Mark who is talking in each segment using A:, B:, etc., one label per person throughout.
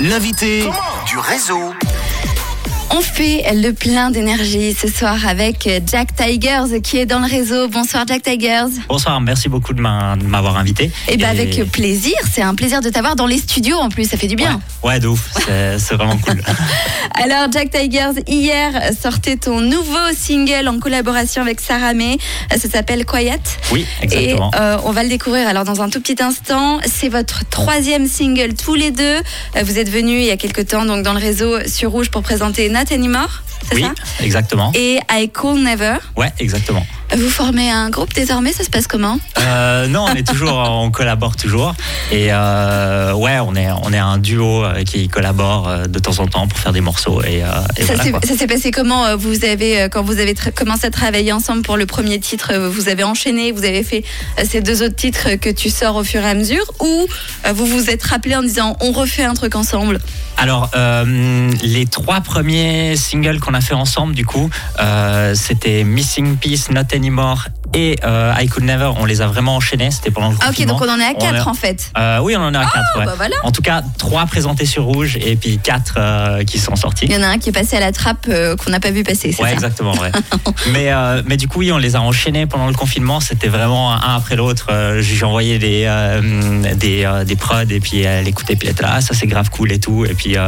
A: l'invité du réseau.
B: On fait le plein d'énergie ce soir avec Jack Tigers qui est dans le réseau. Bonsoir Jack Tigers.
C: Bonsoir, merci beaucoup de m'in- de m'avoir invité.
B: Et bien Eh ben, avec plaisir, c'est un plaisir de t'avoir dans les studios en plus, ça fait du bien.
C: Ouais, ouais, de ouf, c'est c'est vraiment cool.
B: Alors Jack Tigers, hier sortait ton nouveau single en collaboration avec Sarah May, ça s'appelle Quiet.
C: Oui, exactement.
B: Et euh, on va le découvrir alors dans un tout petit instant. C'est votre troisième single tous les deux. Euh, Vous êtes venus il y a quelques temps donc dans le réseau sur Rouge pour présenter Not Anymore, c'est
C: oui,
B: ça
C: exactement.
B: Et I Call Never.
C: Ouais, exactement.
B: Vous formez un groupe désormais, ça se passe comment
C: Euh, non, on est toujours, on collabore toujours. Et euh, ouais, on est, on est un duo euh, qui collabore euh, de temps en temps pour faire des morceaux. Et, euh, et
B: Ça
C: voilà,
B: s'est-
C: quoi.
B: ça s'est passé comment euh, vous avez, euh, Quand vous avez tra- commencé à travailler ensemble pour le premier titre, euh, vous avez enchaîné, vous avez fait euh, ces deux autres titres euh, que tu sors au fur et à mesure Ou euh, vous vous êtes rappelé en disant on refait un truc ensemble
C: Alors, euh, les trois premiers singles qu'on a fait ensemble, du coup, euh, c'était Missing Peace, Not Anymore et euh, I Could Never. On les a vraiment enchaînés. C'était pendant le
B: Ah ok,
C: confinement.
B: donc on en est à
C: On
B: quatre
C: est-
B: en fait.
C: Euh, oui, on en a quatre. ouais.
B: Bah voilà
C: En tout cas, trois présentés sur rouge et puis quatre euh, qui sont sortis.
B: il y en a un qui est passé à la trappe euh, qu'on n'a pas vu passer, c'est
C: Ouais,
B: ça
C: exactement. ouais. mais, euh, mais du coup, oui, on les a enchaînés pendant le confinement. C'était vraiment un après l'autre. Euh, J'ai envoyé des, euh, hum, des, euh, des prods et puis elle écoutait. Puis elle était là, ah, ça c'est grave cool et tout. Et puis, euh,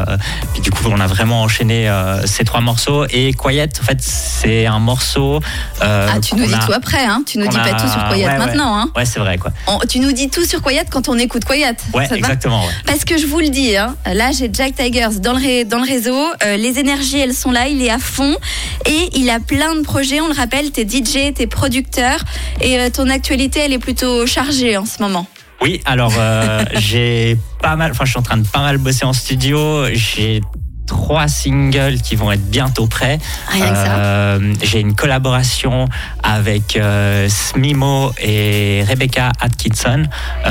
C: puis du coup, on a vraiment enchaîné euh, ces trois morceaux. Et Quiet, en fait, c'est un morceau. euh,
B: Ah, tu nous
C: qu'on
B: dis
C: a-
B: tout après, hein Tu nous
C: qu'on
B: dis pas
C: a-
B: tout sur Quiet
C: ouais, ouais.
B: maintenant, hein
C: Ouais, c'est vrai, quoi.
B: On- Tu nous dis tout sur Quiet quand on écoute Quiet,
C: Ouais,
B: ça te va
C: exactement. ouais.
B: Parce que je vous le dis, hein, là j'ai Jack Tigers dans le, ré- dans le réseau, euh, les énergies elles sont là, il est à fond et il a plein de projets, on le rappelle, t'es DJ, t'es producteur et euh, ton actualité elle est plutôt chargée en ce moment.
C: Oui, alors euh, j'ai pas mal, enfin je suis en train de pas mal bosser en studio. J'ai trois singles qui vont être bientôt prêts.
B: Rien que ça.
C: Euh, j'ai une collaboration avec euh, Smimo et Rebecca Atkinson,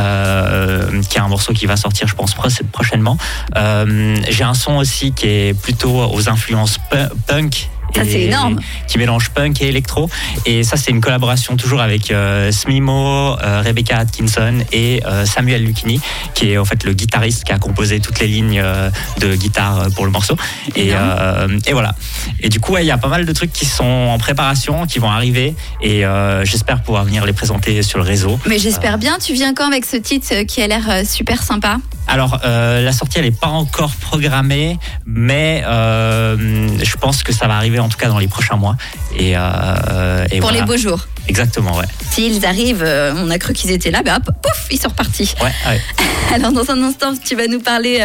C: euh, qui est un morceau qui va sortir, je pense, pro- prochainement. Euh, j'ai un son aussi qui est plutôt aux influences pu- punk.
B: Ça, c'est
C: et-
B: énorme.
C: Qui mélange punk et électro. Et ça, c'est une collaboration toujours avec euh, Smimo, euh, Rebecca Atkinson et euh, Samuel Lucchini, qui est en fait le guitariste qui a composé toutes les lignes euh, de guitare euh, pour le morceau. Et,
B: Énorme.
C: euh, et voilà. Et du coup, ouais, il y a pas mal de trucs qui sont en préparation, qui vont arriver. Et euh, j'espère pouvoir venir les présenter sur le réseau.
B: Mais j'espère bien, tu viens quand avec ce titre euh, qui a l'air euh, super sympa
C: Alors, euh, la sortie, elle n'est pas encore programmée, mais euh, je pense que ça va arriver en tout cas dans les prochains mois. Et, euh, et
B: pour
C: voilà.
B: les beaux jours.
C: Exactement, ouais.
B: S'ils arrivent, euh, on a cru qu'ils étaient là, ben hop, pouf, ils sont repartis.
C: ouais, ouais.
B: Alors dans un instant, tu vas nous parler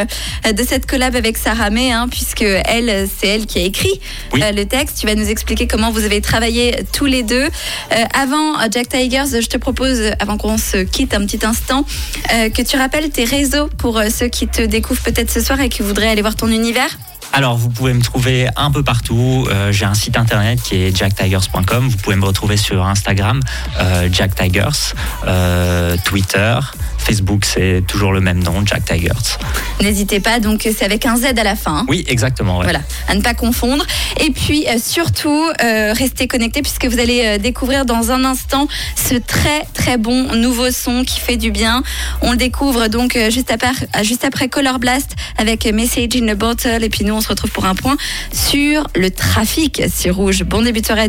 B: euh, de cette collab avec Sarah May, hein, puisque elle, euh, c'est elle qui a écrit
C: Oui.
B: euh, le texte. Tu vas nous expliquer comment vous avez travaillé tous les deux. Euh, avant euh, Jack Tigers, euh, je te propose, euh, avant qu'on se quitte un petit instant, euh, que tu rappelles tes réseaux pour euh, ceux qui te découvrent peut-être ce soir et qui voudraient aller voir ton univers.
C: Alors, vous pouvez me trouver un peu partout. Euh, J'ai un site internet qui est jacktigers.com. Vous pouvez me retrouver sur Instagram, euh, Jack Tigers, euh, Twitter, Facebook, c'est toujours le même nom, Jack Tigers.
B: N'hésitez pas, donc c'est avec un Z à la fin. hein.
C: Oui, exactement. ouais.
B: Voilà, à ne pas confondre. Et puis euh, surtout, euh, restez connectés puisque vous allez euh, découvrir dans un instant ce très très bon nouveau son qui fait du bien. On le découvre donc euh, juste après, euh, juste après Color Blast avec Message in a Bottle. Et puis nous, on se retrouve pour un point sur le trafic sur Rouge. Bon début de soirée à tous.